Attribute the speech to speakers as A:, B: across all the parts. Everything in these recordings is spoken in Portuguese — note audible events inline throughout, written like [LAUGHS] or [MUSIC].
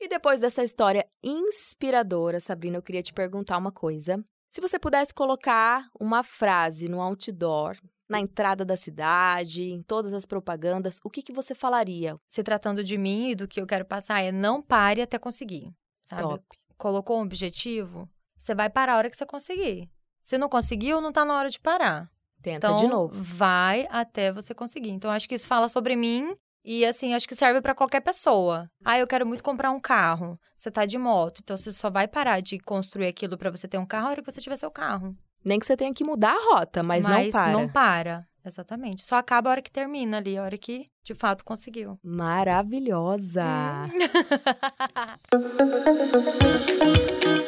A: E depois dessa história inspiradora, Sabrina, eu queria te perguntar uma coisa. Se você pudesse colocar uma frase no outdoor, na entrada da cidade, em todas as propagandas, o que, que você falaria?
B: Se tratando de mim e do que eu quero passar, é não pare até conseguir. Sabe?
A: Top.
B: Colocou um objetivo, você vai parar a hora que você conseguir. Se não conseguiu, não tá na hora de parar.
A: Tenta
B: Então,
A: de novo.
B: vai até você conseguir. Então, acho que isso fala sobre mim e, assim, acho que serve pra qualquer pessoa. Ah, eu quero muito comprar um carro. Você tá de moto, então você só vai parar de construir aquilo pra você ter um carro a hora que você tiver seu carro.
A: Nem que você tenha que mudar a rota, mas, não para.
B: não para. Exatamente. Só acaba a hora que termina ali, a hora que, de fato, conseguiu.
A: Maravilhosa! Hum. [LAUGHS]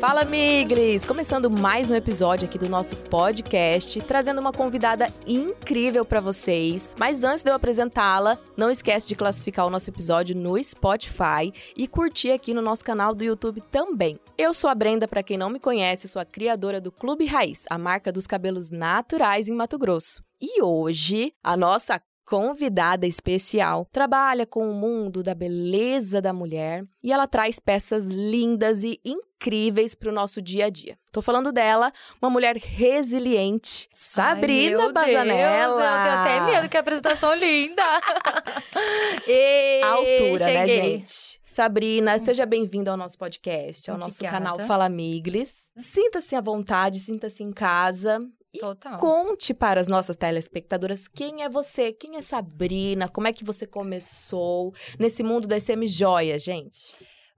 A: Fala, Miglis! Começando mais um episódio aqui do nosso podcast, trazendo uma convidada incrível para vocês. Mas antes de eu apresentá-la, não esquece de classificar o nosso episódio no Spotify e curtir aqui no nosso canal do YouTube também. Eu sou a Brenda, para quem não me conhece, sou a criadora do Clube Raiz, a marca dos cabelos naturais em Mato Grosso. E hoje, a nossa convidada especial, trabalha com o mundo da beleza da mulher e ela traz peças lindas e incríveis para o nosso dia a dia. Tô falando dela, uma mulher resiliente, Sabrina
B: Ai, meu
A: Bazanella.
B: Deus, eu tenho até medo, que apresentação [LAUGHS] linda. Ei,
A: A altura, né,
B: cheguei.
A: gente? Sabrina, seja bem-vinda ao nosso podcast, ao nosso
B: Uhum. Obrigada.
A: canal Fala Miglis. Sinta-se à vontade, sinta-se em casa.
B: Total.
A: Conte para as nossas telespectadoras quem é você, quem é Sabrina, como é que você começou nesse mundo das semijoias, gente.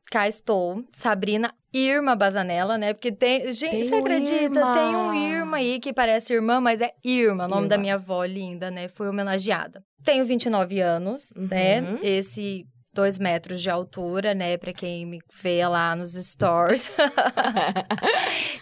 B: Cá estou, Sabrina Irma Bazanella, né? Porque tem. Gente,
A: Tem
B: você
A: um
B: acredita?
A: Irma.
B: Tem um Irma aí que parece irmã, mas é Irma, o nome
A: Irma.
B: da minha avó linda, né? Foi homenageada. Tenho 29 anos,
A: Uhum.
B: né? Esse. 2 metros de altura, né? Pra quem me vê lá nos stores. [LAUGHS]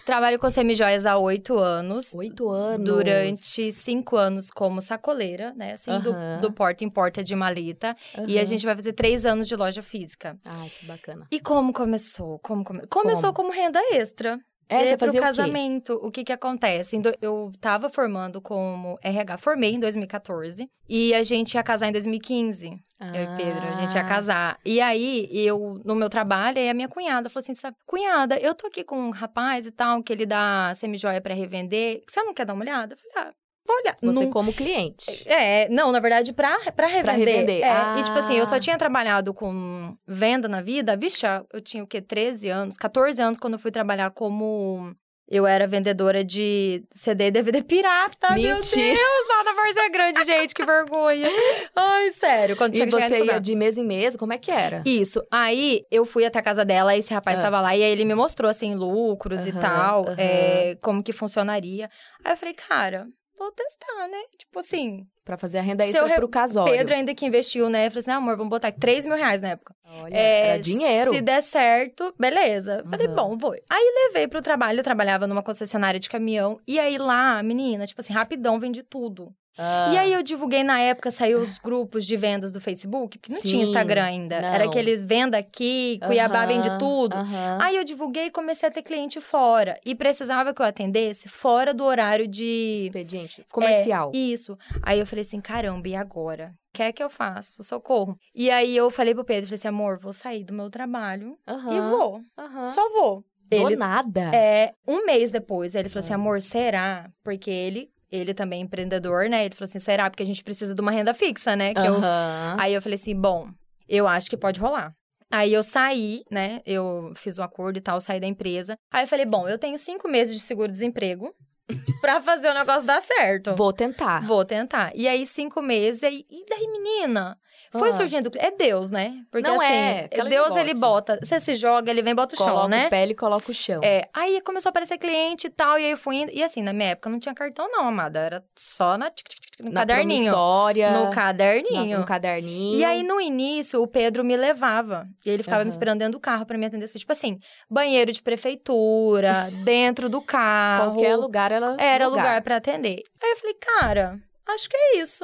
B: Trabalho com semijoias há oito anos.
A: Oito anos.
B: Durante cinco anos como sacoleira, né? Assim,
A: Aham.
B: do, do porta em porta de maleta. E
A: Aham.
B: a gente vai fazer três anos de loja física.
A: Ai, que bacana.
B: E como começou? Como come- Começou como renda extra. né,
A: É, você
B: pro
A: fazia o quê?
B: casamento, o, que que acontece? Em do- Eu tava formando como RH, formei em 2014. E a gente ia casar em 2015, eu
A: Ah,
B: e Pedro, a gente ia casar. E aí, eu, no meu trabalho, aí a minha cunhada falou assim, sabe? Cunhada, eu tô aqui com um rapaz e tal, que ele dá semijoia pra revender. Você não quer dar uma olhada? Eu falei, ah, vou olhar.
A: Você
B: Nunca-
A: como cliente.
B: é, não, na verdade, pra, pra revender.
A: revender,
B: É,
A: ah.
B: E, tipo assim, eu só tinha trabalhado com venda na vida. Vixe, eu tinha o quê? 13 anos, 14 anos quando eu fui trabalhar como. Eu era vendedora de CD e DVD pirata. Meu Deus,
A: Mentira!
B: lá na Força Grande, gente, que vergonha. Ai, [LAUGHS] sério. Quando tinha
A: E
B: que chegar em
A: você ia
B: lugar.
A: de mesa em mesa, como é que era?
B: Isso. Aí eu fui até a casa dela, esse rapaz
A: Ah.
B: tava lá, e aí ele me mostrou, assim, lucros e
A: Aham,
B: tal,
A: aham.
B: é, como que funcionaria. Aí eu falei, cara, vou testar, né? Tipo assim,
A: Pra fazer a renda
B: Seu
A: extra
B: re-
A: pro casório.
B: Pedro ainda que investiu, né? Falou assim: ah, amor, vamos botar aqui 3 mil reais na época.
A: Olha,
B: É,
A: era dinheiro.
B: Se der certo, beleza. Falei,
A: Aham.
B: bom, vou. Aí levei pro trabalho, eu trabalhava numa concessionária de caminhão. E aí lá, menina, tipo assim, rapidão, vendi tudo.
A: Ah,
B: E aí eu divulguei na época, saiu os grupos de vendas do Facebook, porque não
A: Sim,
B: tinha Instagram ainda.
A: não.
B: Era aquele venda aqui, Cuiabá
A: aham,
B: vende tudo.
A: aham.
B: Aí eu divulguei e comecei a ter cliente fora. E precisava que eu atendesse fora do horário de.
A: Expediente comercial.
B: É, isso. Aí eu falei assim, caramba, e agora? O que é que eu faço? Socorro. E aí eu falei pro Pedro, falei assim, amor, vou sair do meu trabalho e
A: Aham,
B: vou.
A: aham.
B: Só vou.
A: Do
B: Ele-
A: nada.
B: É, um mês depois, ele falou assim,
A: Tá. Ah.
B: amor, será? Porque ele, ele também é empreendedor, né? Ele falou assim, será? Porque a gente precisa de uma renda fixa, né? Que eu-
A: Aham.
B: Aí eu falei assim, bom, eu acho que pode rolar. Aí eu saí, né? Eu fiz o acordo e tal, saí da empresa. Aí eu falei, bom, eu tenho cinco meses de seguro-desemprego [LAUGHS] pra fazer o negócio dar certo.
A: Vou tentar.
B: Vou tentar. E aí, cinco meses, aí, e daí, menina? Foi
A: Ah.
B: surgindo. É Deus, né? Porque
A: Não
B: assim,
A: é, aquele
B: Deus
A: negócio.
B: ele bota. Você se joga, ele vem e bota o
A: coloca
B: chão, né?
A: o pé e coloca o chão.
B: É, aí começou a aparecer cliente e tal, e aí eu fui indo. E assim, na minha época não tinha cartão, não, amada. Era só na, tic, tic, tic, tic, no
A: Na
B: caderninho.
A: promissória,
B: No
A: na-
B: caderninho.
A: no caderninho.
B: E aí, no início, o Pedro me levava. E ele ficava
A: Aham.
B: me esperando dentro do carro pra me atender. assim, Tipo assim, banheiro de
A: [LAUGHS]
B: prefeitura, dentro do carro.
A: qualquer lugar ela
B: Era lugar pra atender. Aí eu falei, cara, acho que é isso.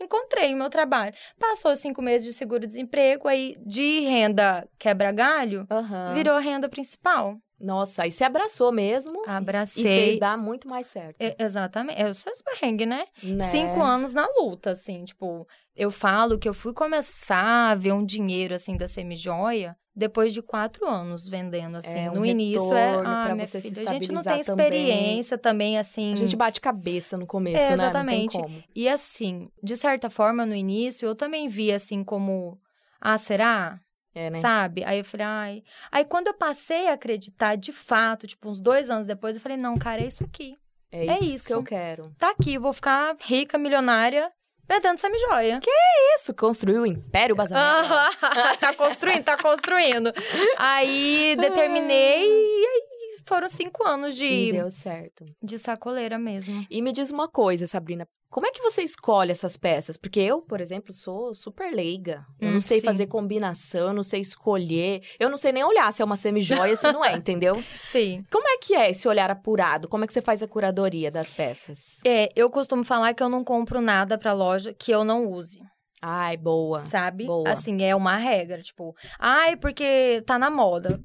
B: encontrei o meu trabalho. Passou cinco meses de seguro-desemprego, aí de renda quebra-galho,
A: Aham.
B: virou renda principal.
A: Nossa, aí você abraçou mesmo e fez
B: Abracei.
A: dar muito mais certo.
B: E- Exatamente. Eu sou esbarrengue, né?
A: né?
B: É, Cinco anos na luta, assim, tipo, eu falo que eu fui começar a ver um dinheiro, assim, da semijoia depois de quatro anos vendendo, assim.
A: É, um
B: no início era,
A: retorno pra
B: ah, minha
A: você se
B: filha, a gente não
A: estabilizar
B: tem experiência também, assim.
A: A gente bate cabeça no começo,
B: É,
A: né?
B: exatamente.
A: Não tem como.
B: E assim, de certa forma, no início, eu também vi, assim, como, ah, será?
A: É, né?
B: Sabe? Aí eu falei, ai. Aí quando eu passei a acreditar de fato, tipo, uns dois anos depois, eu falei, não, cara, é isso aqui.
A: É isso,
B: É
A: que
B: isso.
A: eu quero.
B: Tá aqui, eu vou ficar rica, milionária, vendendo semijoia.
A: Isso, construiu o Império Bazanella.
B: Aham, [LAUGHS] tá construindo, tá construindo. Aí determinei e aí foram cinco anos
A: E
B: de,
A: deu certo.
B: de sacoleira mesmo.
A: E me diz uma coisa, Sabrina. Como é que você escolhe essas peças? Porque eu, por exemplo, sou super leiga. Eu não
B: Hum,
A: sei
B: sim.
A: fazer combinação, eu não sei escolher. Eu não sei nem olhar se é uma semijoia, se não
B: [LAUGHS]
A: é, entendeu?
B: Sim.
A: Como é que é esse olhar apurado? Como é que você faz a curadoria das peças?
B: É, eu costumo falar que eu não compro nada pra loja que eu não use,
A: Ai, boa.
B: sabe?
A: boa.
B: Assim, é uma regra, tipo, ai, porque tá na moda.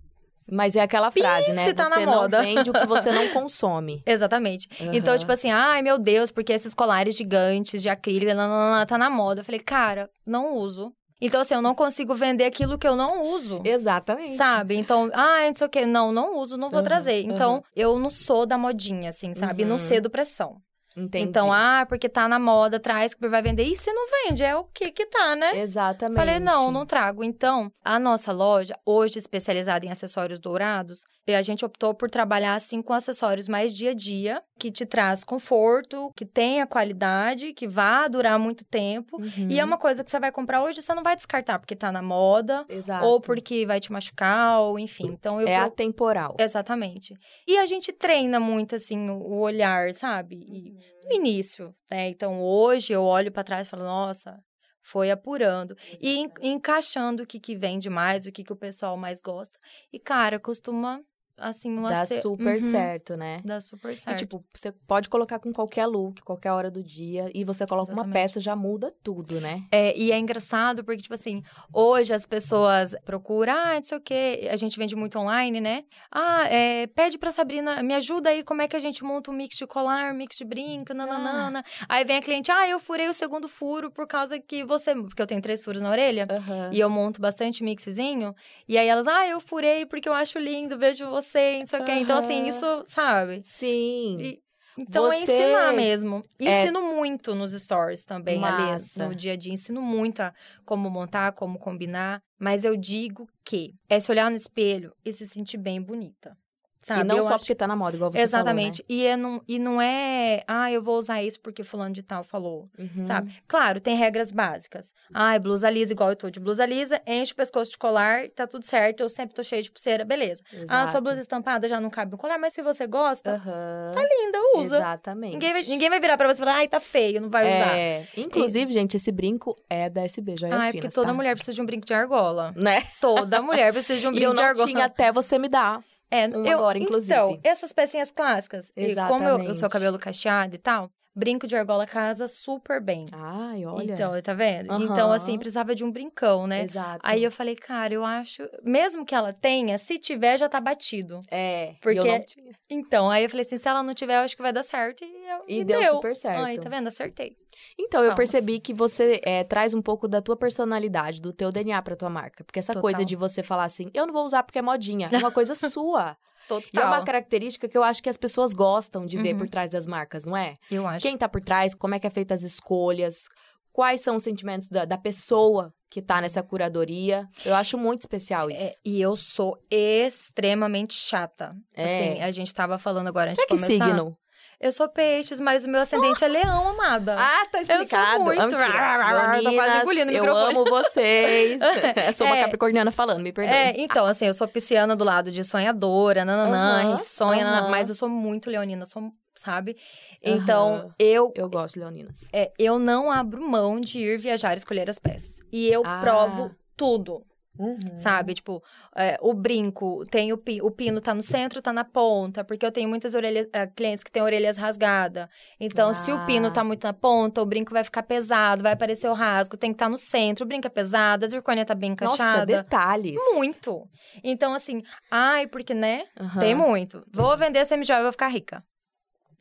A: Mas é aquela frase, né?
B: se tá na
A: você não
B: moda.
A: vende o que você não consome.
B: Exatamente.
A: Aham.
B: [LAUGHS] Então, tipo assim, ai, meu Deus, porque esses colares gigantes de acrílico, nananana, tá na moda. Eu falei, cara, não uso. Então, assim, eu não consigo vender aquilo que eu não uso.
A: Exatamente.
B: assim, Sabe? Então, ah, não sei o quê. Não, não uso, não vou
A: Aham,
B: trazer. Então,
A: aham.
B: eu não sou da modinha, assim, sabe?
A: Uhum.
B: Não cedo pressão.
A: Entendi.
B: Então, ah, porque tá na moda, traz, que vai vender. E se não vende, é o que que tá, né?
A: Exatamente.
B: Falei, não, não trago. Então, a nossa loja, hoje especializada em acessórios dourados, eh, a gente optou por trabalhar, assim, com acessórios mais dia a dia, que te traz conforto, que tenha qualidade, que vá durar muito tempo.
A: Uhum.
B: E é uma coisa que você vai comprar hoje, você não vai descartar, porque tá na moda
A: Uhum. Exato.
B: ou porque vai te machucar, ou enfim. Então eu
A: É
B: pro-
A: atemporal.
B: Exatamente. E a gente treina muito, assim, o- o olhar, sabe? E
A: Uhum.
B: no início, né? Então, hoje eu olho pra trás e falo, nossa, foi apurando. E en- encaixando o que, que vende mais, o que, que o pessoal mais gosta. E, cara, costuma, assim, uma
A: Dá
B: ser-
A: super
B: Uhum,
A: certo, né?
B: Dá super
A: E,
B: certo.
A: tipo, você pode colocar com qualquer look, qualquer hora do dia, e você coloca uma
B: Exatamente.
A: peça, já muda tudo, né?
B: É, e é engraçado porque, tipo assim, hoje as pessoas procuram, ah, não sei o quê, a gente vende muito online, né? Ah, é, pede pra Sabrina, me ajuda aí como é que a gente monta um mix de colar, mix de brinco, nananana. Aí vem a cliente, ah, eu furei o segundo furo por causa que você. Porque eu tenho três furos na orelha.
A: Aham.
B: E eu monto bastante mixzinho. E aí elas, ah, eu furei porque eu acho lindo, vejo você, não sei o quê. Então, assim,
A: Aham.
B: isso, sabe?
A: Sim.
B: E- Então é
A: Você-
B: ensinar mesmo.
A: É.
B: Ensino muito nos stories também,
A: Massa.
B: ali no dia a dia. Ensino muito a como montar, como combinar. Mas eu digo que é se olhar no espelho e se sentir bem bonita. Sabe?
A: E não
B: Eu
A: só
B: acho-
A: porque tá na moda, igual você né?
B: Exatamente. E, é não, e não é, ah, eu vou usar isso porque fulano de tal falou.
A: falou, né? Uhum.
B: Sabe? Claro, tem regras básicas. Ai, blusa lisa, igual eu tô de blusa lisa, enche o pescoço de colar, tá tudo certo, eu sempre tô cheia de pulseira, beleza. Ah,
A: Exato.
B: sua blusa estampada já não cabe no colar, mas se você gosta,
A: Aham.
B: linda, usa.
A: Exatamente.
B: Ninguém vai, ninguém vai virar pra você e falar, ai, tá feio, não vai usar.
A: É, inclusive, gente, esse brinco é da SB, joias
B: Ai, porque
A: finas,
B: toda
A: tá?
B: mulher precisa de um brinco de argola.
A: [LAUGHS] Né?
B: Toda mulher precisa de
A: [LAUGHS]
B: um
A: E
B: brinco
A: eu
B: de
A: não
B: argola.
A: tinha até você me dar.
B: É,
A: um agora, inclusive.
B: Então, essas pecinhas clássicas. E como eu, eu sou
A: Exatamente.
B: cabelo cacheado e tal, brinco de argola casa super bem.
A: Ai, olha.
B: Então, tá vendo?
A: Aham.
B: Então, assim, precisava de um brincão, né?
A: Exato.
B: Aí eu falei, cara, eu acho. Mesmo que ela tenha, se tiver, já tá batido.
A: É,
B: Porque-
A: eu não tinha.
B: Então, aí eu falei assim: se ela não tiver, eu acho que vai dar certo. E, eu-
A: E,
B: e
A: deu, super certo.
B: Ai, tá vendo? Acertei.
A: Então, eu
B: Palmas.
A: percebi que você é, traz um pouco da tua personalidade, do teu DNA pra tua marca. Porque essa
B: Total.
A: coisa de você falar assim, eu não vou usar porque é modinha, é uma
B: [LAUGHS]
A: coisa sua.
B: Total.
A: E é uma característica que eu acho que as pessoas gostam de ver
B: Uhum.
A: por trás das marcas, não é?
B: Eu acho.
A: Quem tá por trás, como é que é feita as escolhas, quais são os sentimentos da, da pessoa que tá nessa curadoria. Eu acho muito especial
B: É,
A: isso.
B: e eu sou extremamente chata.
A: É.
B: Assim, a gente tava falando agora antes
A: Será
B: de
A: que
B: começar.
A: signo?
B: Eu sou peixes, mas o meu ascendente é leão, amada.
A: Ah, tá explicado.
B: muito.
A: Ah, mentira.
B: Rá, rá, rá, rá, tô quase
A: Leoninas,
B: engolindo o
A: eu
B: microfone.
A: amo vocês. [LAUGHS] Sou uma
B: É.
A: capricorniana falando, me [LAUGHS] perdoe.
B: É, então, assim, eu sou pisciana do lado de sonhadora, nananã,
A: Aham,
B: sonha, nananã,
A: aham.
B: mas eu sou muito leonina, sou, sabe? Então,
A: Aham.
B: eu
A: Eu gosto, Leoninas.
B: é, eu não abro mão de ir viajar e escolher as peças. E eu
A: Ah.
B: provo tudo. Uhum. Sabe? Tipo, é, o brinco, tem o, pi, o pino tá no centro, tá na ponta, porque eu tenho muitas orelhas, é, clientes que têm orelhas rasgadas. Então, ah. se o pino tá muito na ponta, o brinco vai ficar pesado, vai aparecer o rasgo, tem que estar tá no centro, o brinco é pesado, a zircônia tá bem encaixada. Nossa,
A: detalhes.
B: Muito. Então, assim, ai, porque, né? Uhum. Tem muito. Vou vender essa MJ e vou ficar rica.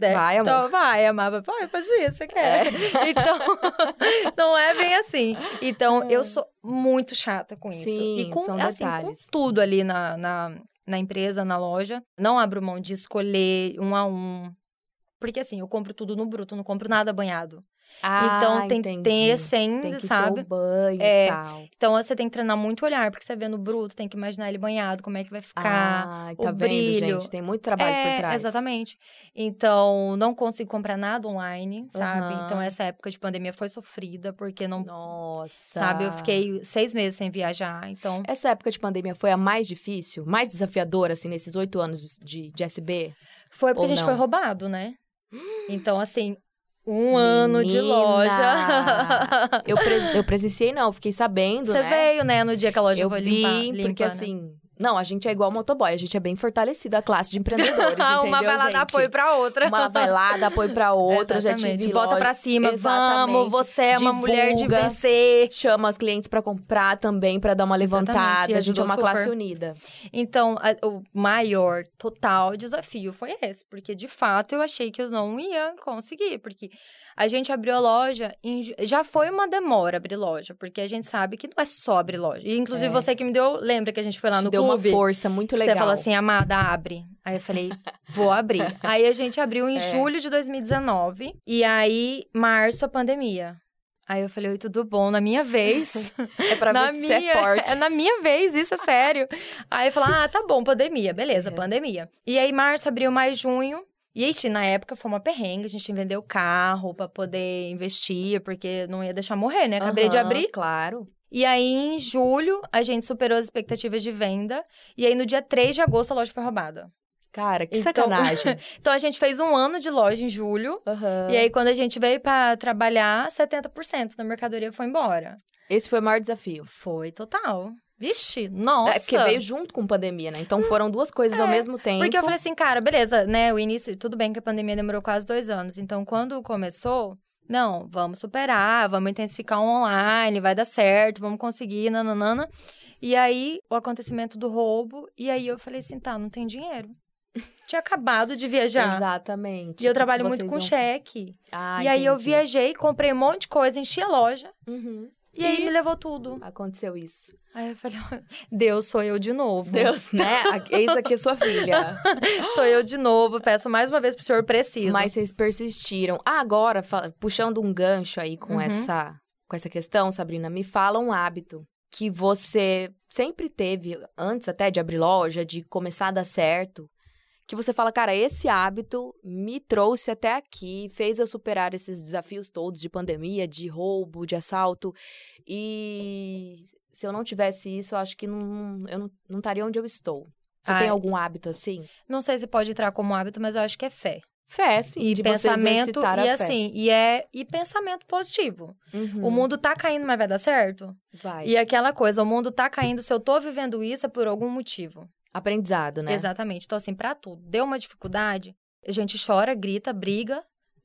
A: É, vai, amor.
B: Então, vai, amava. Vai, pode ir, você quer. É. Então, não é bem assim. Então, eu sou muito chata com isso.
A: É. Sim,
B: e com,
A: são
B: assim,
A: detalhes.
B: com tudo ali na, na, na empresa, na loja. Não abro mão de escolher um a um. Porque assim, eu compro tudo no bruto, não compro nada banhado.
A: Ah,
B: [LAUGHS] então tem,
A: entendi.
B: tem essência,
A: tem que
B: sabe?
A: Ter o banho é, e tal.
B: Então você tem que treinar muito o olhar, porque você vê no bruto, tem que imaginar ele banhado, como é que vai ficar.
A: Ah,
B: o
A: tá
B: brilho.
A: vendo, gente? Tem muito trabalho
B: é,
A: por trás.
B: Exatamente. Então, não consigo comprar nada online, sabe? Uhum. Então, essa época de pandemia foi sofrida, porque não.
A: Nossa.
B: Sabe, eu fiquei seis meses sem viajar. Então.
A: Essa época de pandemia foi a mais difícil, mais desafiadora, assim, nesses oito anos de, de SB?
B: Foi porque
A: Ou
B: a gente
A: não?
B: foi roubado, né? Então, assim, um ano de
A: Menina!
B: loja.
A: eu, pres- eu presenciei, não, fiquei sabendo.
B: [LAUGHS] Você
A: né?
B: veio, né, no dia que a loja
A: Eu
B: foi
A: vim,
B: limpar, limpa,
A: porque
B: né?
A: assim. Não, a gente é igual motoboy, a gente é bem fortalecida a
B: [LAUGHS]
A: classe de empreendedores.
B: [LAUGHS] uma
A: entendeu,
B: vai lá
A: gente?
B: dar apoio pra outra.
A: Uma vai lá,
B: [LAUGHS]
A: dá apoio pra outra, já
B: Exatamente.
A: tive
B: Bota
A: loja,
B: pra cima,
A: Exatamente.
B: vamos, você é uma mulher de
A: Divulga.
B: vencer.
A: Chama os clientes pra comprar também, pra dar uma levantada.
B: Exatamente,
A: A gente é
B: ajudou
A: uma
B: super.
A: classe unida.
B: Então, a- o maior total desafio foi esse, porque de fato eu achei que eu não ia conseguir, porque a gente abriu a loja, em ju- já foi uma demora abrir loja, porque a gente sabe que não é só abrir loja. E, inclusive
A: É.
B: você que me deu, lembra que a gente foi lá
A: Te
B: no
A: deu
B: clube?
A: uma força muito legal.
B: Você falou assim, amada, abre. Aí eu falei, vou
A: [LAUGHS]
B: abrir. aí a gente abriu em
A: É.
B: julho de 2019. E aí, março, a pandemia. Aí eu falei, oi, tudo bom? Na
A: [LAUGHS]
B: minha vez.
A: é pra
B: na
A: ver
B: minha,
A: se você é [LAUGHS] forte.
B: [LAUGHS] na minha vez, isso é sério. aí eu falei, ah, tá bom, pandemia. Beleza,
A: É.
B: pandemia. E aí, março, abril, mais junho. E aí, na época, foi uma perrengue. A gente vendeu carro pra poder investir, porque não ia deixar morrer, né? Acabei de
A: Aham,
B: abrir.
A: Claro.
B: E aí, em julho, a gente superou as expectativas de venda. E aí, no dia 3 de agosto, a loja foi roubada.
A: Cara, que
B: Então- [LAUGHS]
A: sacanagem.
B: Então, a gente fez um ano de loja em julho.
A: Aham.
B: E aí, quando a gente veio pra trabalhar, 70% da mercadoria foi embora.
A: Esse foi o maior desafio.
B: Foi total. Vixe, nossa.
A: É porque veio junto com pandemia, né? Então foram duas coisas ao
B: É,
A: mesmo tempo.
B: Porque eu falei assim, cara, beleza, né? O início, tudo bem que a pandemia demorou quase dois anos. Então, quando começou, não, vamos superar, vamos intensificar o online, vai dar certo, vamos conseguir, nananana. E aí, o acontecimento do roubo, e aí eu falei assim, tá, não tem dinheiro. [LAUGHS] Tinha acabado de viajar.
A: Exatamente. Tipo,
B: E eu trabalho
A: Vocês
B: muito com
A: vão-
B: cheque.
A: Ah,
B: e aí eu
A: entendi.
B: viajei, comprei um monte de coisa, enchi a loja.
A: Uhum.
B: E aí
A: E-
B: me levou tudo.
A: Aconteceu isso.
B: Aí eu falei, [LAUGHS] Deus, sou eu de novo.
A: Deus, né? A- Eis aqui sua filha.
B: [LAUGHS] Sou eu de novo. Peço mais uma vez pro senhor preciso.
A: Mas vocês persistiram. Ah, agora, fa- puxando um gancho aí com
B: Uhum.
A: essa com essa questão, Sabrina, me fala um hábito que você sempre teve, antes até de abrir loja, de começar a dar certo, que você fala, cara, esse hábito me trouxe até aqui, fez eu superar esses desafios todos de pandemia, de roubo, de assalto. E se eu não tivesse isso, eu acho que não, eu não, não estaria onde eu estou. Você
B: Ai.
A: tem algum hábito assim?
B: Não sei se pode entrar como hábito, mas eu acho que é fé.
A: Fé, sim,
B: E
A: de você
B: pensamento
A: exercitar a
B: e
A: fé.
B: assim, e é e pensamento positivo.
A: Uhum.
B: O mundo tá caindo, mas vai dar certo?
A: Vai.
B: E aquela coisa, o mundo tá caindo, se eu tô vivendo isso é por algum motivo.
A: Aprendizado, né?
B: Exatamente. Então assim, pra tudo, deu uma dificuldade, a gente chora, grita, briga,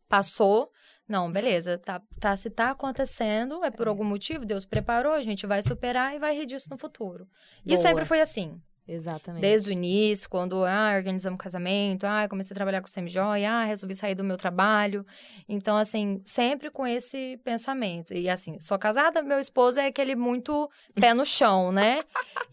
B: passou. Não, beleza, tá, tá, se tá acontecendo, é por algum motivo, Deus preparou, a gente vai superar e vai rir disso no futuro. E
A: Boa.
B: sempre foi assim.
A: Exatamente.
B: Desde o início, quando ah, organizamos casamento, ah, comecei a trabalhar com semijoia, ah, resolvi sair do meu trabalho. Então, assim, sempre com esse pensamento. E assim, sou casada, meu esposo é aquele muito pé no chão, né?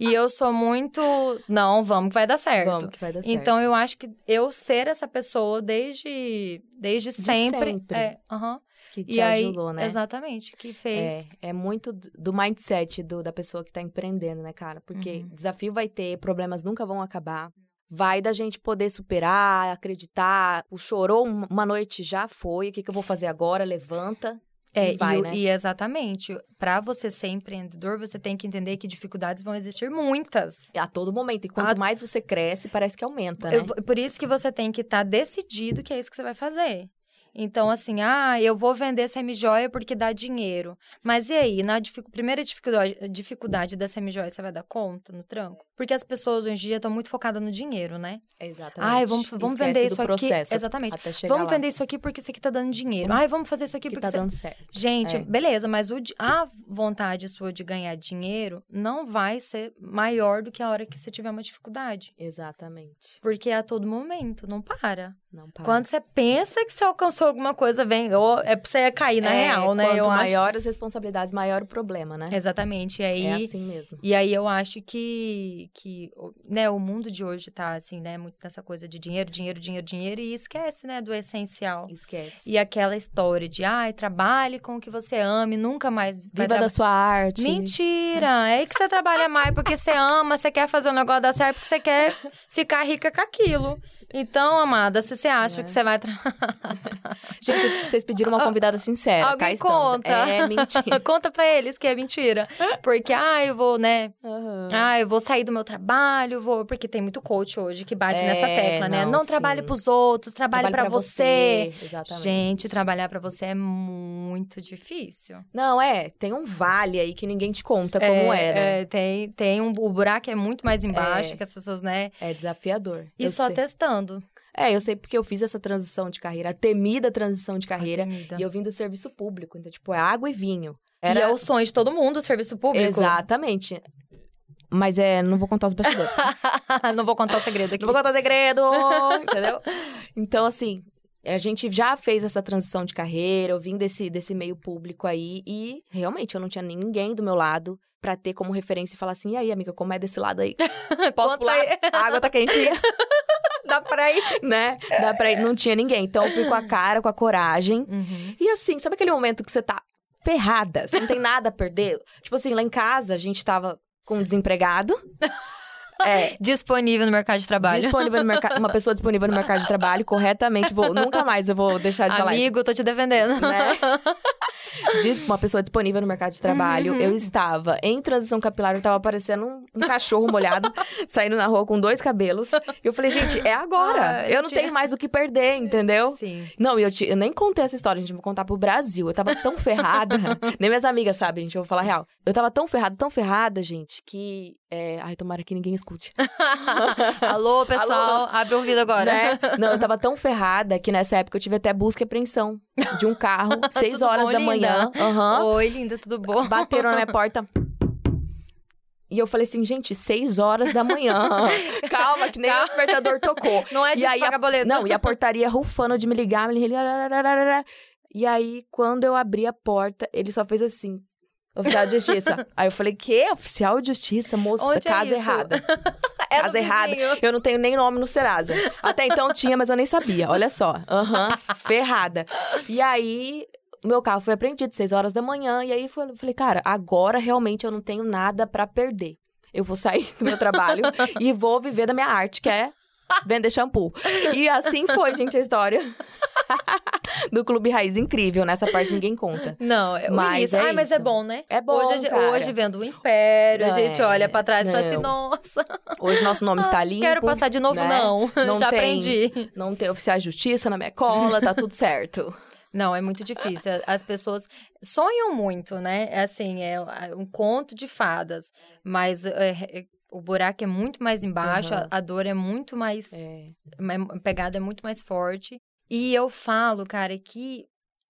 B: e eu sou muito, não, vamos que vai dar certo.
A: Vamos, que vai dar certo.
B: Então, eu acho que eu ser essa pessoa desde, desde sempre.
A: sempre.
B: É, aham.
A: que te
B: E aí,
A: ajudou, né?
B: exatamente, que fez.
A: É, é muito do- do mindset do- da pessoa que tá empreendendo, né, cara? Porque
B: Uhum.
A: desafio vai ter, problemas nunca vão acabar. Vai da gente poder superar, acreditar. O chorou um- uma noite já foi. O que, que eu vou fazer agora? Levanta.
B: É,
A: E vai,
B: e, o-
A: né?
B: e exatamente. Pra você ser empreendedor, você tem que entender que dificuldades vão existir muitas.
A: A todo momento. E quanto
B: Ah.
A: mais você cresce, parece que aumenta, né?
B: tá Eu- por isso que você tem que estar decidido que é isso que você vai fazer. Então, assim, ah, eu vou vender semijoia porque dá dinheiro. Mas e aí, na dific... primeira dificuldade, dificuldade da semijoia, você vai dar conta no tranco? Porque as pessoas hoje em dia estão muito focadas no dinheiro, né?
A: Exatamente.
B: Ai, vamos, vamos
A: Então, Esquece
B: vender
A: do
B: isso
A: processo
B: aqui. Exatamente.
A: Até chegar
B: Vamos
A: lá,
B: vender isso aqui porque isso aqui tá dando dinheiro. Ai, vamos fazer isso aqui
A: que
B: porque
A: tá
B: isso
A: dando certo.
B: Gente,
A: É.
B: beleza, mas o di- a vontade sua de ganhar dinheiro não vai ser maior do que a hora que você tiver uma dificuldade.
A: Exatamente.
B: Porque é a todo momento, não para.
A: Não para.
B: Quando você pensa que você alcançou alguma coisa, vem. Ou é pra você cair na
A: É,
B: real, né?
A: Quanto
B: Eu acho.
A: maior as responsabilidades, maior o problema, né?
B: Exatamente. E aí.
A: É assim mesmo.
B: E aí eu acho que, que o- né, o mundo de hoje tá assim, né, muito nessa coisa de dinheiro, dinheiro, dinheiro, dinheiro e esquece, né, do essencial.
A: Esquece.
B: E aquela história de, ai, trabalhe com o que você ame, nunca mais vai
A: Viva
B: traba-
A: da sua arte.
B: Mentira! É aí que você trabalha mais porque você ama, você quer fazer o negócio dar certo porque você quer ficar rica com aquilo. Então, amada, se você acha
A: Né?
B: que você vai tra...
A: Gente, vocês- vocês pediram
B: [LAUGHS]
A: uma convidada sincera.
B: Alguém
A: cá estamos.
B: conta.
A: É, mentira.
B: [LAUGHS] conta pra eles que é mentira, porque ah, eu vou, né?
A: Aham.
B: Ah, eu vou sair do meu trabalho, vou, porque tem muito coach hoje que bate
A: É,
B: nessa tecla, né?
A: não,
B: Não
A: sim.
B: trabalhe pros outros, trabalhe, pra você.
A: Exatamente.
B: Gente, trabalhar pra você é muito difícil.
A: Não, é. Tem um vale aí que ninguém te conta como
B: é,
A: é, né?
B: é, tem, tem um, o buraco é muito mais embaixo
A: É.
B: que as pessoas, né?
A: É, desafiador.
B: E
A: eu
B: só
A: sei.
B: testando.
A: É, eu sei porque eu fiz essa transição de carreira, a temida transição de carreira.
B: Comida.
A: E eu vim do serviço público. Então, tipo, é água e vinho.
B: E é o sonho de todo mundo, o serviço público.
A: Exatamente. Mas é, não vou contar os bastidores.
B: [LAUGHS] Não vou contar o segredo aqui.
A: não vou contar segredo, [LAUGHS] entendeu? Então, assim, a gente já fez essa transição de carreira, eu vim desse, desse meio público aí e realmente eu não tinha ninguém do meu lado pra ter como referência e falar assim: e aí, amiga, como é desse lado
B: [LAUGHS]
A: aí? Posso
B: Conta
A: pular?
B: aí.
A: A água tá quentinha,
B: [LAUGHS] Dá pra ir.
A: né? Dá pra ir. Não tinha ninguém. Então, eu fui
B: [LAUGHS]
A: com a cara, com a coragem.
B: Uhum.
A: E assim, sabe aquele momento que você tá ferrada, você não tem nada a perder? Tipo assim, lá em casa a gente tava com um
B: [LAUGHS]
A: desempregado. É,
B: Disponível no mercado de trabalho.
A: disponível no mercado, uma pessoa disponível no mercado de trabalho, corretamente, vou, nunca mais eu vou deixar de falar isso.
B: Amigo, tô te defendendo. [LAUGHS]
A: Né? Dis- Uma pessoa disponível no mercado de
B: Uhum.
A: trabalho. Eu estava em transição capilar, eu tava parecendo um, um cachorro molhado,
B: [LAUGHS]
A: saindo na rua com dois cabelos. E eu falei, gente, é agora.
B: Ah,
A: eu não
B: te-
A: tenho mais o que perder, entendeu?
B: [LAUGHS] Sim.
A: Não, e eu, te- eu nem contei essa história, gente. Eu vou contar pro Brasil. Eu tava tão
B: [LAUGHS]
A: ferrada. nem minhas amigas sabem, gente. Eu vou falar a real. Eu tava tão ferrada, tão ferrada, gente, que. é, Ai, tomara que ninguém escute.
B: Alô, pessoal. Abre o ouvido
A: [LAUGHS]
B: agora.
A: Né? Não, eu tava tão ferrada que nessa época eu tive até busca e apreensão de um [LAUGHS] carro, seis
B: Tudo
A: horas
B: bom,
A: da
B: linda?
A: manhã. Aham.
B: Oi, linda, tudo bom?
A: Bateram na minha porta. E eu falei assim, gente, seis horas da manhã. [LAUGHS] Calma, que nem o despertador tocou.
B: Não é
A: E
B: dia
A: aí
B: de pagar
A: [LAUGHS]
B: boleto.
A: Não, e a portaria rufando de me ligar, me ligar. E aí, quando eu abri a porta, ele só fez assim. Oficial de [LAUGHS] justiça. Aí eu falei, que? Oficial de justiça, moço,
B: Onde
A: tá
B: é
A: casa
B: isso?
A: errada.
B: É do
A: casa errada.
B: vizinho.
A: Eu não tenho nem nome no Serasa. Até então tinha, mas eu nem sabia. Olha só. Aham, ferrada. E aí, meu carro foi apreendido, seis horas da manhã. E aí, foi- eu falei, cara, agora realmente eu não tenho nada pra perder. Eu vou sair do meu trabalho e vou viver da minha arte, que é vender shampoo. E assim foi, gente, a história do Clube Raiz. Incrível, nessa parte ninguém conta.
B: Não, é o
A: Mas
B: início.
A: é
B: Ai, mas é
A: isso.
B: bom, né?
A: É bom,
B: hoje, a gente-
A: cara.
B: hoje vendo o Império, a
A: Não,
B: gente
A: é.
B: olha pra trás e fala assim,
A: Não.
B: nossa,
A: Hoje nosso nome está limpo.
B: quero passar de novo,
A: né?
B: não.
A: Não
B: [LAUGHS] Já
A: tem.
B: aprendi.
A: Não tem oficial de justiça na minha cola, tá tudo certo.
B: Não, é muito difícil. As pessoas sonham muito, né? É Assim, é um conto de fadas, mas é, é, o buraco é muito mais embaixo,
A: Aham.
B: a, a dor é muito mais
A: É.
B: a pegada é muito mais forte. E eu falo, cara, que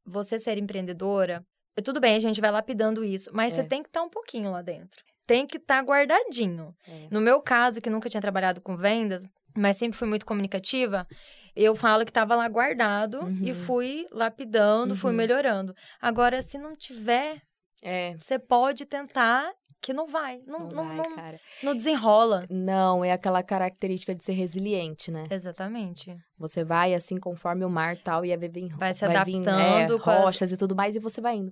B: você ser empreendedora, é, tudo bem, a gente vai lapidando isso, mas
A: É.
B: você tem que estar um pouquinho lá dentro. Tem que estar guardadinho.
A: É.
B: No meu caso, que nunca tinha trabalhado com vendas, mas sempre fui muito comunicativa, eu falo que estava lá guardado e
A: Uhum.
B: fui lapidando, fui
A: Uhum.
B: melhorando. Agora, se não tiver,
A: É.
B: você pode tentar que não vai, não,
A: Não,
B: não,
A: vai,
B: não-
A: cara.
B: não desenrola.
A: Não, é aquela característica de ser resiliente, né?
B: Exatamente.
A: Você vai assim conforme o mar tal e a bebê
B: Vai se
A: vir,
B: adaptando
A: é,
B: com as-
A: rochas e tudo mais e você vai indo.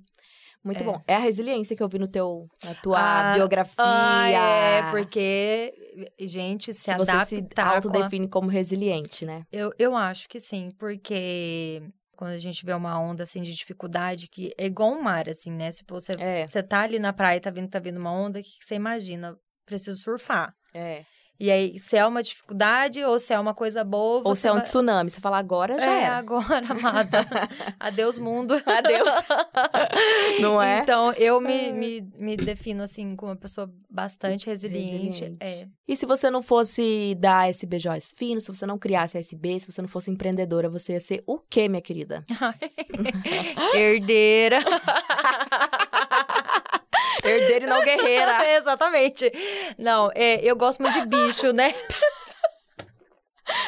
A: Muito
B: É.
A: bom. É a resiliência que eu vi no teu, na tua
B: Ah,
A: biografia.
B: Ah, é, porque, gente, se
A: que você
B: adaptar...
A: se
B: com a-
A: autodefine como resiliente, né?
B: eu, eu acho que sim, porque quando a gente vê uma onda, assim, de dificuldade, que é igual um mar, assim, né? Se você,
A: É,
B: você tá ali na praia, tá vindo, tá vindo uma onda, o que que você imagina? Preciso surfar.
A: é.
B: E aí, se é uma dificuldade ou se é uma coisa boa.
A: Ou se é um
B: vai-
A: tsunami. Você fala agora, já
B: é,
A: era.
B: agora,
A: [LAUGHS]
B: amada. Adeus, mundo.
A: Adeus. Não é?
B: Então, eu me, me, me defino, assim, como uma pessoa bastante resiliente.
A: Resiliente. [GASPS]
B: É.
A: E se você não fosse dar SB Joias Fino, se você não criasse a SB, se você não fosse empreendedora, você ia ser o quê, minha
B: [LAUGHS]
A: querida?
B: Herdeira.
A: Herdeira e não guerreira.
B: [LAUGHS] Exatamente. Não, é, eu gosto muito de
A: [LAUGHS]
B: bicho, né?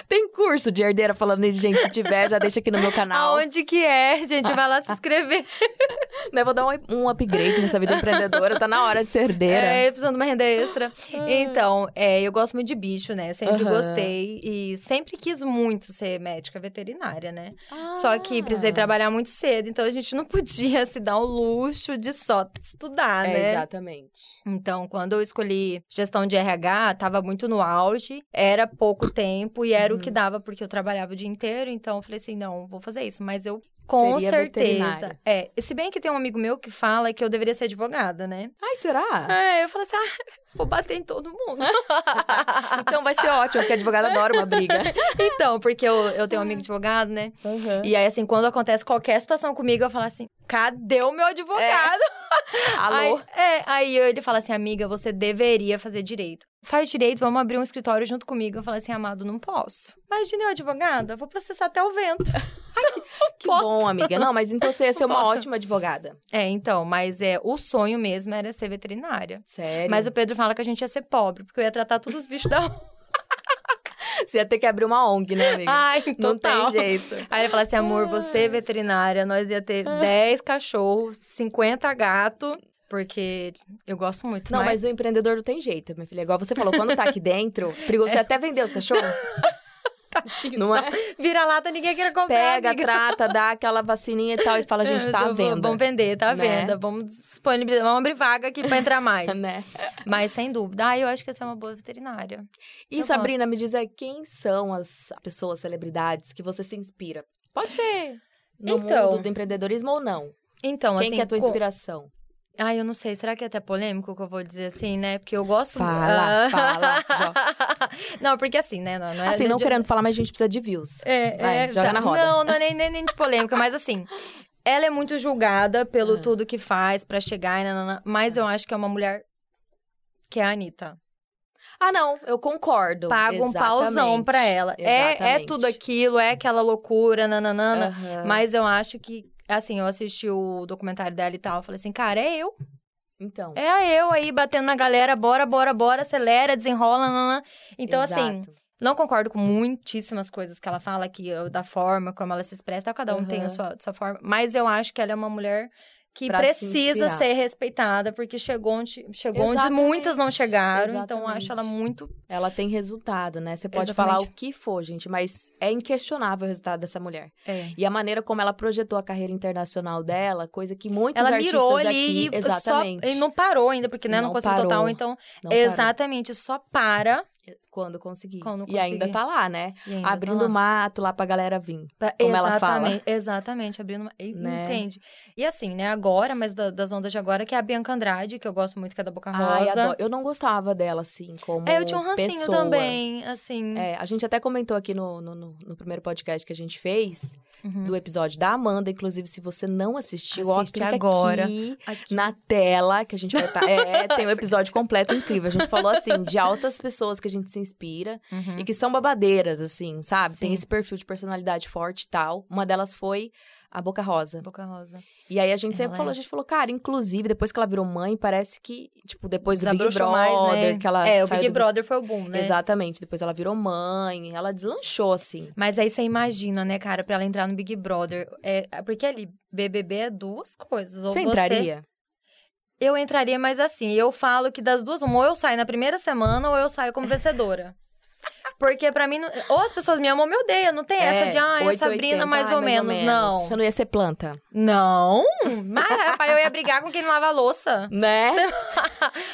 A: Tem curso de herdeira falando isso, gente. Se tiver, já deixa aqui no meu canal.
B: Aonde que é, gente? Vai lá
A: [LAUGHS]
B: se inscrever.
A: Né, vou dar um, um upgrade nessa vida empreendedora. Tá na hora de ser herdeira.
B: É, precisando de uma renda extra. Então, é, eu gosto muito de bicho, né? Sempre
A: Ah. Aham.
B: gostei e sempre quis muito ser médica veterinária, né?
A: Ah.
B: Só que precisei trabalhar muito cedo, então a gente não [LAUGHS] podia se dar o luxo de só estudar,
A: É,
B: né?
A: Exatamente.
B: Então, quando eu escolhi gestão de RH, tava muito no auge, era pouco tempo e era o que
A: Uhum.
B: dava, porque eu trabalhava o dia inteiro, então eu falei assim: não, vou fazer isso, mas eu. Com
A: Seria
B: certeza.
A: veterinária.
B: É. Se bem que tem um amigo meu que fala que eu deveria ser advogada, né?
A: Ai,
B: [LAUGHS]
A: será?
B: É, eu falei assim: ah, [LAUGHS] vou bater em todo
A: [LAUGHS]
B: mundo.
A: então vai ser ótimo, porque advogada adora uma briga.
B: então, porque eu, eu
A: É.
B: tenho um amigo advogado, né? E aí, assim, quando acontece qualquer situação comigo, eu falo assim: cadê o meu
A: É.
B: advogado?
A: Alô?
B: Aí, é, aí ele fala assim, amiga, você deveria fazer direito. Faz direito, vamos abrir um escritório junto comigo. Eu falo assim, amado, não posso. Imagina eu advogada, vou processar até o vento.
A: que bom, amiga. Não, mas então você ia ser uma
B: Posso?
A: ótima advogada.
B: É, então, mas é o sonho mesmo era ser veterinária.
A: Sério.
B: Mas o Pedro fala que a gente ia ser pobre, porque eu ia tratar todos os
A: [LAUGHS]
B: bichos da rua.
A: Você ia ter que abrir uma ONG, né, amiga?
B: Ai,
A: Não
B: Ah, total.
A: tem jeito.
B: Aí ele fala assim, amor, você é veterinária, nós ia ter 10 cachorros, 50 gato, porque eu gosto muito
A: Não,
B: mais.
A: mas o empreendedor não tem jeito, minha filha. Igual você falou, quando tá aqui dentro, perigo
B: É.
A: você até vender os cachorros.
B: [LAUGHS] Tadinho,
A: Não é?
B: Vira lata, ninguém quer comprar,
A: Pega,
B: amiga.
A: trata, dá aquela vacininha e tal, e fala, gente,
B: É, Eu
A: tá à
B: vou-
A: venda.
B: Vamos vender, tá à
A: Né?
B: venda. Vamos disponibilizar, vamos abrir vaga aqui pra entrar mais.
A: Né?
B: [LAUGHS] Mas sem dúvida, ah, eu acho que essa é uma boa veterinária.
A: E
B: Eu
A: Sabrina, me diz aí, quem são as pessoas, celebridades que você se inspira? Pode ser no
B: Então.
A: mundo do empreendedorismo ou não.
B: Então,
A: quem
B: assim.
A: que é a tua
B: co-
A: inspiração?
B: Ai, eu não sei, será que é até polêmico o que eu vou dizer assim, né? Porque eu gosto
A: Fala,
B: Ah.
A: fala,
B: não, porque assim, né? Não, não é
A: assim, não
B: de-
A: querendo falar, mas a gente precisa de views.
B: É,
A: Vai,
B: é,
A: joga na roda.
B: Não, não é nem, nem, nem de polêmica, mas assim. Ela é muito julgada pelo
A: Ah.
B: tudo que faz pra chegar, e nanana, mas eu acho que é uma mulher que é a Anitta.
A: Ah, não, eu concordo.
B: paga um
A: Exatamente.
B: pauzão pra ela. É, é
A: Exatamente.
B: tudo aquilo, é aquela loucura, nananana.
A: Aham.
B: Mas eu acho que, assim, eu assisti o documentário dela e tal, eu falei assim, cara, é eu.
A: Então.
B: É a eu aí batendo na galera, bora, bora, bora, acelera, desenrola, nananã. Então, assim,
A: exato.
B: não concordo com muitíssimas coisas que ela fala, que eu- da forma como ela se expressa, tal, cada um tem
A: Aham.
B: a sua, sua forma. Mas eu acho que ela é uma mulher que
A: Pra se
B: precisa
A: inspirar.
B: ser respeitada, porque chegou onde, chegou onde
A: Exatamente.
B: muitas não chegaram. Então, eu acho
A: Exatamente.
B: ela muito
A: Ela tem resultado, né? Você pode
B: Exatamente.
A: falar o que for, gente, mas é inquestionável o resultado dessa mulher. E a maneira como ela projetou a carreira internacional dela, coisa que muitos
B: Ela
A: artistas
B: mirou
A: aqui...
B: ali e
A: exatamente.
B: só e não parou ainda, porque né, não,
A: Não
B: conseguiu
A: parou.
B: total, então
A: não parou.
B: exatamente, só para
A: Quando conseguir.
B: Quando
A: E ainda
B: conseguir.
A: tá lá, né?
B: e ainda tá
A: Abrindo
B: lá.
A: o mato lá pra galera vir. como ela fala.
B: Exatamente, Exatamente, abrindo uma, e-
A: Né?
B: entende? E assim, né, agora, mas da- das ondas de agora que é a Bianca Andrade, que eu gosto muito que é da Boca
A: Ai,
B: Rosa.
A: adoro. Eu não gostava dela, assim, como
B: é, eu tinha um rancinho
A: pessoa.
B: também, assim.
A: É, a gente até comentou aqui no, no, no- no primeiro podcast que a gente fez,
B: Uhum.
A: do episódio da Amanda. Inclusive, se você não assistiu, ó,
B: Assiste
A: clica
B: agora.
A: aqui
B: Aqui.
A: na tela, que a gente vai
B: [LAUGHS]
A: estar... É, tem um episódio completo incrível. A gente falou, assim, de altas pessoas que a gente se inspira.
B: Uhum.
A: E que são babadeiras, assim, sabe? Tem
B: Sim.
A: esse perfil de personalidade forte e tal. Uma delas foi a Boca Rosa.
B: Boca Rosa.
A: E aí a gente sempre
B: Ela
A: falou,
B: é.
A: a gente falou, cara, inclusive, depois que ela virou mãe, parece que, tipo, depois do Big
B: Desabrochou
A: Brother,
B: mais, né?
A: que ela
B: é, o
A: saiu
B: Big
A: do...
B: Brother foi o boom, né?
A: Exatamente, depois ela virou mãe, ela deslanchou, assim.
B: Mas aí você imagina, né, cara, pra ela entrar no Big Brother. É, porque ali, BBB é duas coisas. Ou
A: você
B: você
A: entraria?
B: Eu entraria, mas assim, eu falo que das duas, uma, ou eu saio na primeira semana ou eu saio como
A: [LAUGHS]
B: vencedora. Porque pra mim, não- ou as pessoas me amam ou me odeiam, não tem essa de, ah, é
A: 8,80,
B: Sabrina mais,
A: ai,
B: ou, menos.
A: Você não ia ser planta,
B: Não. Não? Mas, rapaz, eu ia brigar com quem não lava a louça.
A: né?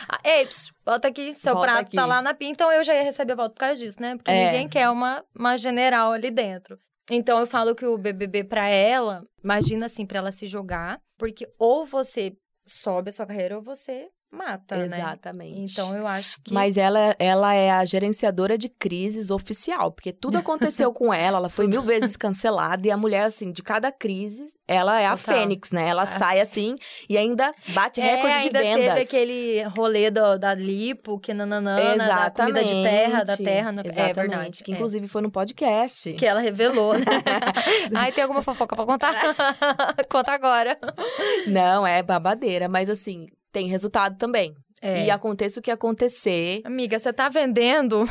B: Ah, Ei, ps, volta aqui, seu
A: Volta
B: prato
A: aqui.
B: tá lá na pia, então eu já ia receber a volta por causa disso, né? Porque
A: É.
B: ninguém quer uma, uma general ali dentro. Então eu falo que o BBB pra ela, imagina assim, pra ela se jogar, porque ou você sobe a sua carreira ou você mata,
A: Exatamente.
B: né? Então eu acho que.
A: Mas ela, ela é a gerenciadora de crises oficial, porque tudo
B: [LAUGHS]
A: aconteceu com ela, ela foi mil vezes cancelada, e a mulher, assim, de cada crise, ela é a
B: Total.
A: fênix, né? Ela
B: Ah.
A: sai assim e ainda bate recorde
B: é, ainda
A: de vendas.
B: teve aquele rolê do- da lipo, que nananana, da comida de terra, da terra. No... É
A: Exatamente,
B: verdade.
A: Que
B: é.
A: inclusive foi no podcast.
B: Que ela revelou, né? [LAUGHS] Ai, tem alguma fofoca pra contar? [LAUGHS] Conta agora.
A: Não, é babadeira, mas assim, tem resultado também.
B: É.
A: E aconteça o que
B: [LAUGHS]
A: acontecer,
B: Amiga, você tá vendendo?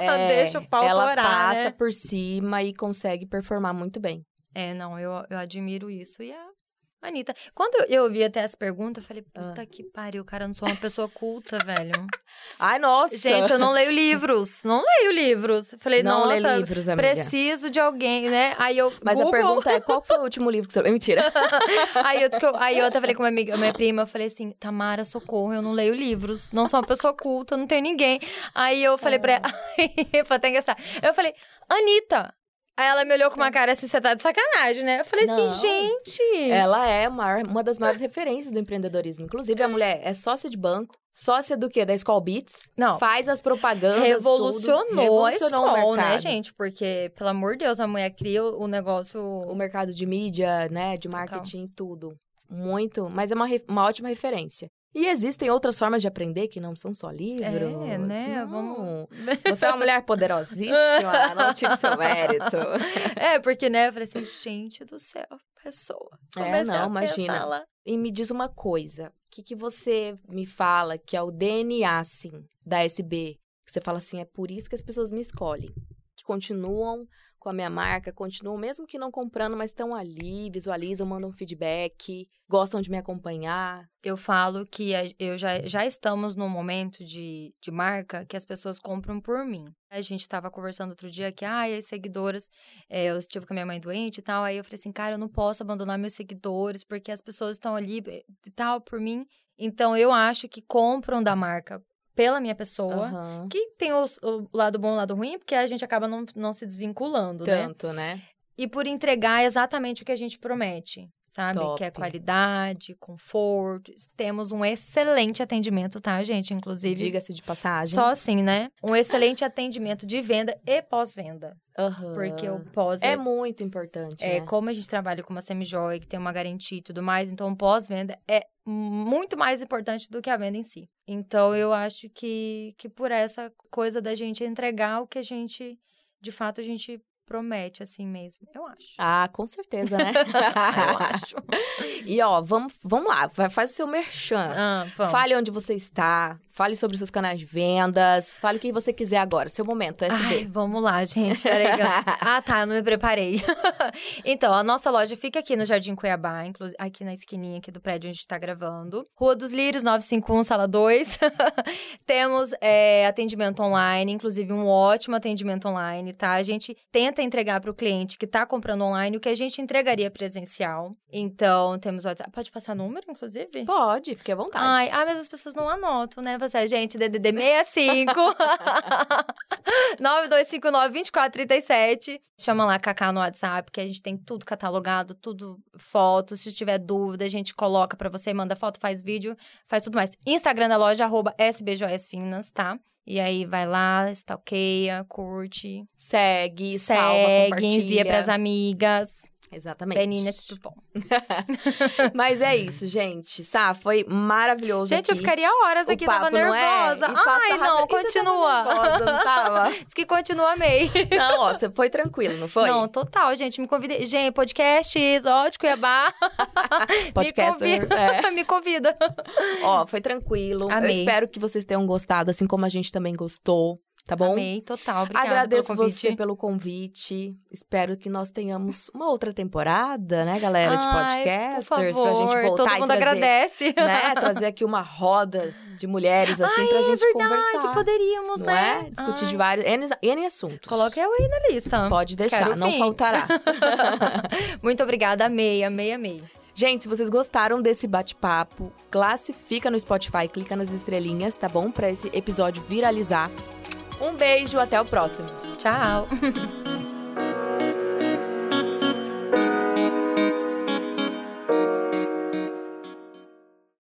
A: é,
B: Deixa o pau
A: ela
B: torar,
A: passa
B: né?
A: por cima e consegue performar muito bem.
B: É, não, eu, eu admiro isso. E a Anitta. Ah. Quando eu, eu vi até essa pergunta, eu falei, puta que pariu, cara, eu não sou uma pessoa culta, [LAUGHS] velho.
A: Ai, nossa!
B: Gente, eu não leio livros. Não leio livros. Eu Falei,
A: não lê
B: nossa,
A: livros, amiga.
B: preciso de alguém, né? Aí eu.
A: Mas
B: Google,
A: a pergunta é, qual foi o último livro que você... [LAUGHS] Mentira.
B: [LAUGHS] Aí eu, disse que eu- aí eu até falei com minha, amiga, minha prima, eu falei assim, Tamara, socorro, eu não leio livros, não sou uma pessoa culta, não tenho ninguém. Aí eu falei
A: É.
B: pra ela, [LAUGHS] foi até engraçado. Eu falei, Anitta! Aí ela me olhou com uma cara assim, você tá de sacanagem, né? Eu falei
A: É. Não.
B: assim, gente!
A: Ela é a maior- uma das maiores referências do empreendedorismo. Inclusive, a mulher é sócia de banco, sócia do quê? Da School Beats.
B: Não.
A: Faz as propagandas, tudo.
B: Revolucionou, a
A: Revolucionou o
B: escola, né,
A: mercado.
B: gente? Porque, pelo amor de Deus, a mulher cria o o negócio.
A: O mercado de mídia, né? De marketing, tudo. Muito. Mas é uma, re- uma ótima referência. E existem outras formas de aprender que não são só livros.
B: É, né?
A: assim, Não.
B: Vamos- [LAUGHS]
A: Você é uma mulher poderosíssima, não tire seu mérito.
B: [LAUGHS] É, porque, né? Eu falei assim, gente do céu, pessoa.
A: É,
B: Comecei
A: não,
B: a
A: imagina.
B: pensar lá.
A: E me diz uma coisa, o que, que você me fala que é o DNA, assim, da SB? Que você fala assim, é por isso que as pessoas me escolhem. Que continuam com a minha marca, continuam, mesmo que não comprando, mas estão ali, visualizam, mandam feedback, gostam de me acompanhar.
B: Eu falo que a- eu já, já estamos num momento de, de marca que as pessoas compram por mim. A gente estava conversando outro dia que, ai, as seguidoras, é, eu estive com a minha mãe doente e tal, aí eu falei assim, cara, eu não posso abandonar meus seguidores porque as pessoas estão ali eh, e tal por mim. Então, eu acho que compram da marca pela minha pessoa,
A: Aham.
B: que tem os- o lado bom e o lado ruim, porque a gente acaba não, não se desvinculando, né?
A: Tanto, né?
B: e por entregar exatamente o que a gente promete, sabe?
A: Top.
B: Que é qualidade, conforto. Temos um excelente atendimento, tá, gente? Inclusive,
A: Diga-se de passagem.
B: só assim, né? Um excelente atendimento de venda e pós-venda.
A: Aham.
B: Porque o pós
A: É muito importante,
B: é,
A: né?
B: como a gente trabalha com uma semijoia, que tem uma garantia e tudo mais, então o pós-venda é muito mais importante do que a venda em si. Então eu acho que, que por essa coisa da gente entregar o que a gente, de fato, a gente promete assim mesmo. Eu acho.
A: Ah, com certeza,
B: [LAUGHS]
A: né?
B: eu acho.
A: E ó, vamos, vamos lá, vai- faz o seu merchan.
B: [LAUGHS] Ah, vamos.
A: Fale onde você está, fale sobre os seus canais de vendas, fale o que você quiser agora, seu momento, é
B: Ai,
A: SB.
B: vamos lá, gente. Peraí. que eu- ah, tá, eu não me preparei. [LAUGHS] então, a nossa loja fica aqui no Jardim Cuiabá, inclusive aqui na esquininha aqui do prédio onde a gente tá gravando. Rua dos Lírios, 951, sala 2. [LAUGHS] Temos é, atendimento online, inclusive um ótimo atendimento online, tá? A gente tenta entregar para o cliente que tá comprando online o que a gente entregaria presencial. Então, temos WhatsApp. Pode passar número, inclusive?
A: Pode, fique à vontade.
B: Ai, ah, mas as pessoas não anotam, né? Você, gente, DDD 65 [LAUGHS] 9259-2437. Chama lá a Cacá no WhatsApp, que a gente tem tudo catalogado, tudo foto. Se tiver dúvida, a gente coloca pra você, manda foto, faz vídeo, faz tudo mais. Instagram da loja, arroba SBJSfinas, tá? E aí vai lá, stalkeia, curte,
A: Segue, salva,
B: segue,
A: compartilha.
B: envia pras amigas.
A: Exatamente.
B: Penina, tudo bom.
A: [LAUGHS] Mas é isso, gente. Sá, foi maravilhoso
B: Gente, eu
A: aqui.
B: ficaria horas
A: O
B: aqui, tava
A: papo, não é?
B: nervosa.
A: E passa
B: Ai,
A: rápido.
B: não,
A: E você
B: continua.
A: tava nervosa, não tá
B: [LAUGHS]
A: tava?
B: Diz que continua amei.
A: Não, ó, você foi tranquilo, não [LAUGHS] foi?
B: Não, total, gente. Me convida. Gente, podcasts, ó, de Cuiabá.
A: Podcaster.
B: convida.
A: é.
B: [LAUGHS] me convida.
A: Ó, foi tranquilo. Eu
B: Amei.
A: espero que vocês tenham gostado, assim como a gente também gostou, tá bom?
B: Amei, total. Obrigada
A: Agradeço
B: pelo convite.
A: você pelo convite. Espero que nós tenhamos uma outra temporada, né, galera, de
B: Ai,
A: podcasters,
B: por favor.
A: pra gente voltar
B: Todo
A: e
B: mundo
A: trazer,
B: agradece. [LAUGHS]
A: né, trazer aqui uma roda de mulheres assim pra gente
B: é Verdade,
A: conversar.
B: poderíamos,
A: não
B: né?
A: é? Discutir
B: Ai,
A: de vários N, N assuntos.
B: Coloca eu aí na lista.
A: Pode deixar,
B: Quero
A: não
B: fim.
A: faltará.
B: [LAUGHS] Muito obrigada, amei, amei, amei.
A: Gente, se vocês gostaram desse bate-papo, classifica no Spotify, clica nas estrelinhas, tá bom? Pra esse episódio viralizar. Um beijo, até o próximo.
B: Tchau.